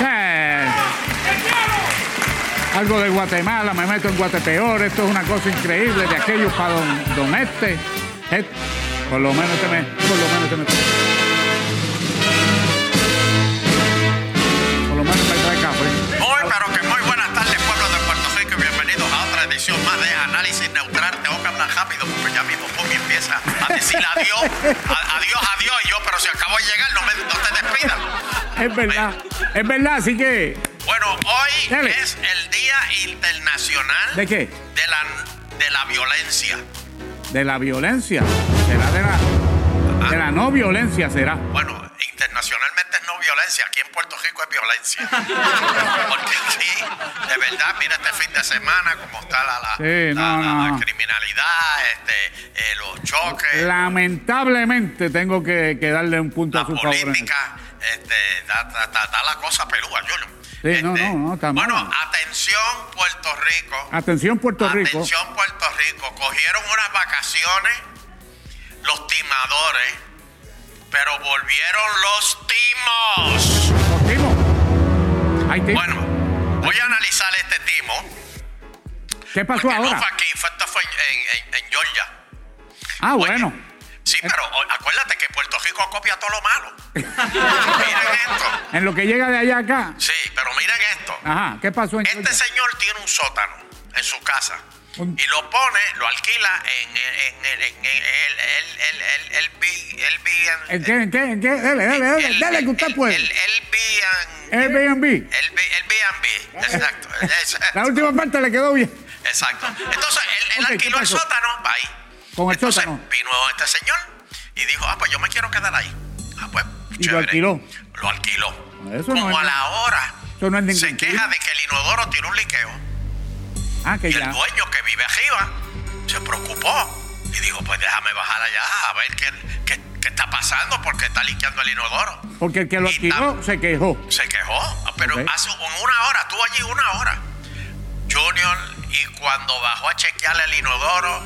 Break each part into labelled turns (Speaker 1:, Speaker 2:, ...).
Speaker 1: Eh, algo de Guatemala, me meto en Guatepeor, esto es una cosa increíble, de aquellos para don, don este. Et- por lo menos te me. Por lo menos te me. Por lo menos me trae café.
Speaker 2: Muy, pero que muy buenas tardes, pueblo de Puerto Rico, y bienvenidos a otra edición más de Análisis Neutral. Tengo que hablar rápido porque ya mismo Pumi empieza a decir adiós, a- adiós, adiós, y yo, pero si acabo de llegar, no, me, no te despidas.
Speaker 1: Es verdad, es verdad, así que.
Speaker 2: Bueno, hoy
Speaker 1: Dale.
Speaker 2: es el Día Internacional
Speaker 1: ¿De qué?
Speaker 2: de la, de la Violencia.
Speaker 1: De la violencia. Será de la. De la no violencia será.
Speaker 2: Bueno, internacionalmente es no violencia, aquí en Puerto Rico es violencia. Porque aquí, de verdad, mira este fin de semana cómo está la, la-
Speaker 1: Sí,
Speaker 2: la-
Speaker 1: no,
Speaker 2: la-
Speaker 1: no,
Speaker 2: la
Speaker 1: no.
Speaker 2: criminalidad, este, eh, los choques, la,
Speaker 1: Lamentablemente tengo que, que darle un punto a su favor. en eso.
Speaker 2: política, este, da, da- da- da la cosa pelúa, Junior.
Speaker 1: Sí, no,
Speaker 2: Este,
Speaker 1: no, no, está mal.
Speaker 2: Bueno, atención Puerto Rico.
Speaker 1: Atención, Puerto Rico.
Speaker 2: Atención Puerto Rico, cogieron unas vacaciones los timadores, pero volvieron los timos.
Speaker 1: Los timos. Hay timos.
Speaker 2: Bueno, voy a analizar este timo.
Speaker 1: ¿Qué pasó
Speaker 2: porque No
Speaker 1: ahora?
Speaker 2: fue aquí, fue, esto fue en, en- en Georgia.
Speaker 1: Ah,
Speaker 2: Oye,
Speaker 1: bueno. ¿Eh?
Speaker 2: Sí, pero o- acuérdate que Puerto Rico copia todo lo malo. miren esto.
Speaker 1: En lo que llega de allá a acá.
Speaker 2: Sí, pero miren esto.
Speaker 1: Ajá, ¿qué pasó en
Speaker 2: Este
Speaker 1: Georgia?
Speaker 2: señor tiene un sótano en su casa.
Speaker 1: Un-
Speaker 2: Y lo pone, lo alquila en en- en- en- en- el el- el- el- el B- el B-
Speaker 1: ¿En qué? ¿En qué? ¿En qué? Dale, dale, dale,
Speaker 2: el-
Speaker 1: dale que usted
Speaker 2: el-
Speaker 1: puede.
Speaker 2: El el B-
Speaker 1: Airbnb.
Speaker 2: el B- el B&B, exacto.
Speaker 1: La última parte le quedó bien.
Speaker 2: Exacto. Entonces, él, él
Speaker 1: Ok, ¿qué
Speaker 2: alquiló el
Speaker 1: pasó?
Speaker 2: sótano ahí.
Speaker 1: Con el
Speaker 2: Entonces,
Speaker 1: sótano.
Speaker 2: Vino este señor y dijo, ah, pues yo me quiero quedar ahí. Ah, pues,
Speaker 1: Y lo
Speaker 2: chévere.
Speaker 1: alquiló.
Speaker 2: Lo alquiló.
Speaker 1: Eso no
Speaker 2: Como
Speaker 1: es-
Speaker 2: a la hora
Speaker 1: eso no es ningún
Speaker 2: se queja
Speaker 1: crimen.
Speaker 2: de que el inodoro tiene un liqueo.
Speaker 1: Ah, que
Speaker 2: Y
Speaker 1: ya.
Speaker 2: el dueño que vive arriba se preocupó y dijo, pues déjame bajar allá a ver qué, qué- qué está pasando porque está liqueando el inodoro.
Speaker 1: Porque el que lo
Speaker 2: Y
Speaker 1: alquiló
Speaker 2: tam-
Speaker 1: se quejó.
Speaker 2: se quejó, Ah, pero
Speaker 1: Ok.
Speaker 2: hace un- una hora, estuvo allí una hora. Junior, y cuando bajó a chequear el inodoro,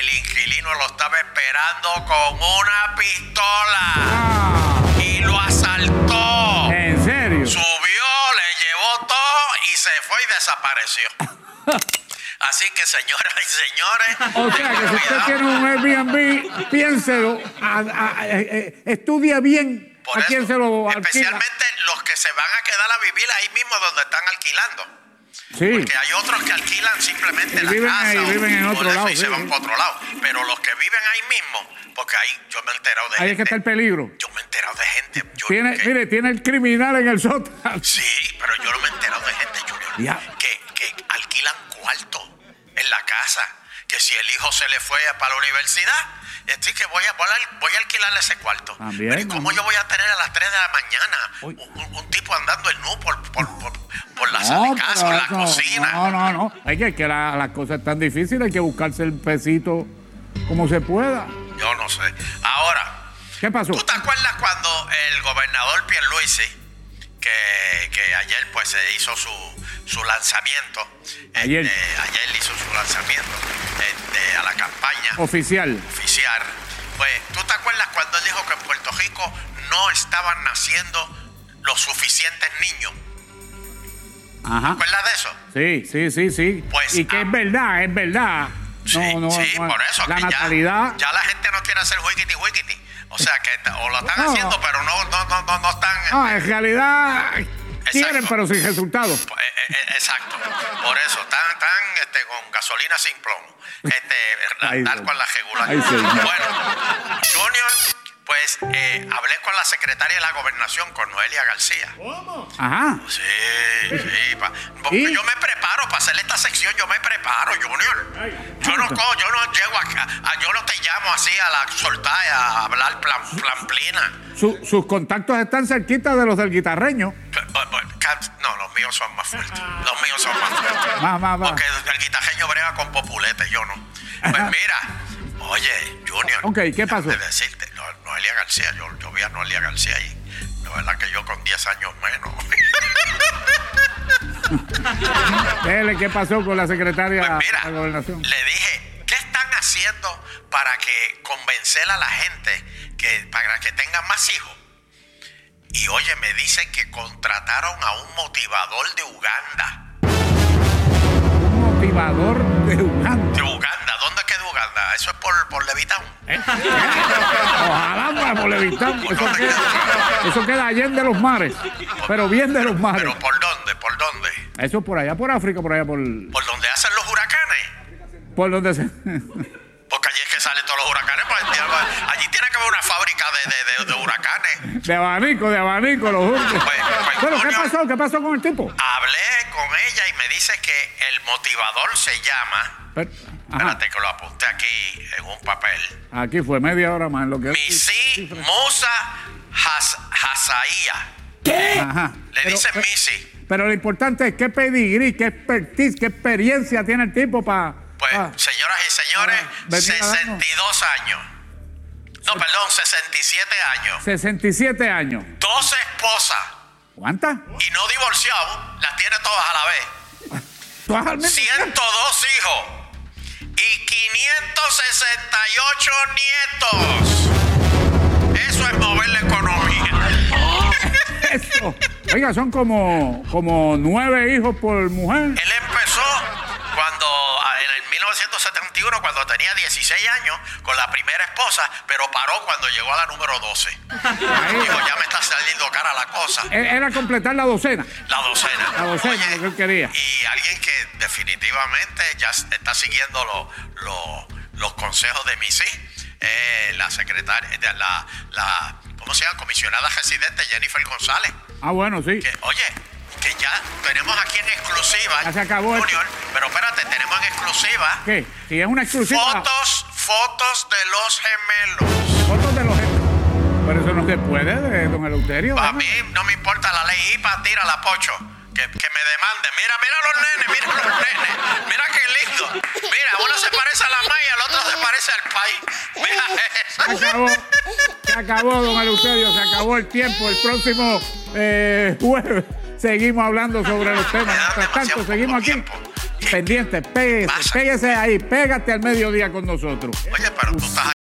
Speaker 2: el inquilino lo estaba esperando con una pistola
Speaker 1: Ah,
Speaker 2: y lo asaltó.
Speaker 1: en serio.
Speaker 2: Subió, le llevó todo y se fue y desapareció. Así que, señoras y señores,
Speaker 1: O sea que si usted
Speaker 2: cuidado.
Speaker 1: tiene un Airbnb, piénselo. a- a- a- eh, estudia bien
Speaker 2: Por
Speaker 1: a
Speaker 2: eso,
Speaker 1: quién se lo alquila.
Speaker 2: especialmente los que se van a quedar a vivir ahí mismo donde están alquilando.
Speaker 1: Sí.
Speaker 2: Porque hay otros que alquilan simplemente
Speaker 1: Y
Speaker 2: la
Speaker 1: viven
Speaker 2: casa
Speaker 1: ahí,
Speaker 2: o-
Speaker 1: viven en
Speaker 2: o
Speaker 1: otro
Speaker 2: de eso
Speaker 1: lado,
Speaker 2: y
Speaker 1: sí,
Speaker 2: se van
Speaker 1: sí.
Speaker 2: para otro lado. Pero los que viven ahí mismo, porque ahí yo me he enterado de
Speaker 1: Ahí es que
Speaker 2: gente.
Speaker 1: está el peligro.
Speaker 2: Yo me he enterado de gente. Junior,
Speaker 1: Tiene,
Speaker 2: que-
Speaker 1: mire, tiene el criminal en el sótano.
Speaker 2: Sí, pero yo no me he enterado de gente, Junior,
Speaker 1: Ya.
Speaker 2: que, que alquilan cuarto en la casa. Que si el hijo se le fue para la universidad, estoy que voy a, voy a- voy a alquilarle ese cuarto.
Speaker 1: También,
Speaker 2: Pero ¿y cómo
Speaker 1: también.
Speaker 2: yo voy a tener a las 3 de la mañana
Speaker 1: Uy.
Speaker 2: un, un- un tipo andando el nu por, por, por, por la sala
Speaker 1: No,
Speaker 2: de casa
Speaker 1: Ah, pero
Speaker 2: o la
Speaker 1: eso-
Speaker 2: cocina?
Speaker 1: No, no, no. Hay que, que la- las cosas están difíciles, hay que buscarse el pesito como se pueda.
Speaker 2: Yo no sé. Ahora,
Speaker 1: ¿Qué pasó?
Speaker 2: ¿tú te acuerdas cuando el gobernador Pierluisi, que, que ayer pues se hizo su, su lanzamiento,
Speaker 1: Ayer.
Speaker 2: este, ayer hizo su lanzamiento este, a la campaña
Speaker 1: Oh. Oficial.
Speaker 2: oficial, pues ¿tú te acuerdas cuando él dijo que en Puerto Rico no estaban naciendo los suficientes niños? ¿Te
Speaker 1: Ajá.
Speaker 2: acuerdas de eso?
Speaker 1: Sí, sí, sí, sí.
Speaker 2: Pues,
Speaker 1: y que
Speaker 2: ah.
Speaker 1: es verdad, es verdad.
Speaker 2: Sí,
Speaker 1: no, no,
Speaker 2: sí,
Speaker 1: no,
Speaker 2: por eso.
Speaker 1: La
Speaker 2: que ya-
Speaker 1: natalidad.
Speaker 2: Ya, la gente no quiere hacer wikiti wikiti. O sea, que t- o lo están
Speaker 1: No.
Speaker 2: haciendo, pero no, no, no, no, no están...
Speaker 1: Ah, en realidad quieren, pero sin resultado.
Speaker 2: Pues, eh, eh, Exacto. Por eso, tan, tan este, con gasolina sin plomo. Este,
Speaker 1: Ay,
Speaker 2: andar
Speaker 1: Dios.
Speaker 2: con la regular.
Speaker 1: Ay, señor.
Speaker 2: bueno, Junior, pues eh, hablé con la secretaria de la gobernación, con Noelia García.
Speaker 1: Ajá.
Speaker 2: Sí, sí. pa- porque
Speaker 1: ¿Y?
Speaker 2: Yo me preparo para hacer esta sección, yo me preparo, Junior. Yo no, co- yo no llego acá, a- yo no te llamo así a la soltar, a hablar plan, planplina.
Speaker 1: Su- sus contactos están cerquita de los del guitarreño.
Speaker 2: Pues, pues, pues, Cats- No, los míos son más fuertes. Los míos son más fuertes.
Speaker 1: Va, va, va.
Speaker 2: Porque el guitarreño brega con populete, yo no. Pues mira, oye, Junior.
Speaker 1: Ok, ¿qué pasó?
Speaker 2: déjame decirte, no, Noelia García, yo, yo vi a Noelia García ahí. La verdad que yo con 10 años menos. Pues
Speaker 1: Dele qué pasó con la secretaria
Speaker 2: Pues mira,
Speaker 1: de la gobernación.
Speaker 2: le dije, ¿qué están haciendo para que convencer a la gente que para que tengan más hijos? Y oye, me dicen que contrataron a un motivador de Uganda.
Speaker 1: Salvador de Uganda.
Speaker 2: De Uganda, ¿dónde queda Uganda? Eso es por, por Levitown.
Speaker 1: Ojalá fuera por Levitán. pues, Eso queda, eso queda allá en de los mares. Pero bien Ah, de los mares.
Speaker 2: Pero ¿por dónde? ¿Por dónde?
Speaker 1: Eso por allá por África, por allá por.
Speaker 2: ¿Por dónde hacen los huracanes?
Speaker 1: Por donde se.
Speaker 2: Porque allí es que salen todos los huracanes. pues, allí tiene que haber una fábrica de, de- de- de huracanes.
Speaker 1: De abanico, de abanico, lo juro.
Speaker 2: pues,
Speaker 1: Bueno, ¿qué pasó? ¿Qué pasó con el tipo?
Speaker 2: Hablé con ella y me dice que el motivador se llama.
Speaker 1: Pero- ajá,
Speaker 2: Espérate que lo apunté aquí en un papel.
Speaker 1: aquí fue media hora más lo que.
Speaker 2: Misi Musa Has- Hasaía.
Speaker 1: Ajá. eh,
Speaker 2: Le dicen Misi.
Speaker 1: Pero lo importante es qué pedigrí, qué expertise, qué experiencia tiene el tipo para.
Speaker 2: Pues, señoras y señores,
Speaker 1: Ah, venía dando.
Speaker 2: 62 años. No, perdón, 67 años.
Speaker 1: 67 años.
Speaker 2: 12 esposas
Speaker 1: ¿Cuántas?
Speaker 2: y no divorciado, las tiene todas a la vez.
Speaker 1: ¿Todas al mismo
Speaker 2: 102 hijos y 568 nietos. Eso es mover la economía.
Speaker 1: tiempo? Oiga, son como, como nueve hijos por mujer.
Speaker 2: Él empezó cuando ah, en el 1971 cuando tenía 16 años con la primera esposa, pero paró cuando llegó a la número 12.
Speaker 1: Ahí.
Speaker 2: Dijo, ya me está saliendo cara la cosa.
Speaker 1: E- Era completar la docena.
Speaker 2: La docena.
Speaker 1: La docena,
Speaker 2: Oye,
Speaker 1: lo que él quería.
Speaker 2: Y alguien que definitivamente ya s- está siguiendo lo- lo- los consejos de Missy, eh, la secretaria, de la, la, ¿cómo se llama? Comisionada residente Jennifer González.
Speaker 1: Ah, bueno, sí.
Speaker 2: Que, oye, que ya tenemos aquí en exclusiva.
Speaker 1: Ya se acabó esto.
Speaker 2: Junior, pero espérate, tenemos en exclusiva
Speaker 1: ¿Qué? Si es una exclusiva.
Speaker 2: fotos, fotos de los gemelos.
Speaker 1: Fotos de los gemelos. Pero eso no se puede, de don Eleuterio.
Speaker 2: A
Speaker 1: ¿no?
Speaker 2: mí no me importa la ley IPA, tira la pocho. Que, que me demanden. Mira, mira los nenes, mira los nenes. Mira qué lindo. Mira, uno se parece a la Maya, el otro se parece al país. Mira
Speaker 1: Se
Speaker 2: eso.
Speaker 1: acabó, se acabó, don Eleuterio, se acabó el tiempo. El próximo eh, jueves seguimos hablando sobre los temas.
Speaker 2: Me da
Speaker 1: Mientras tanto,
Speaker 2: demasiado
Speaker 1: seguimos aquí
Speaker 2: poco tiempo.
Speaker 1: pendientes. Pégese,
Speaker 2: Pasa.
Speaker 1: pégese ahí, pégate al mediodía con nosotros.
Speaker 2: Oye, pero tú estás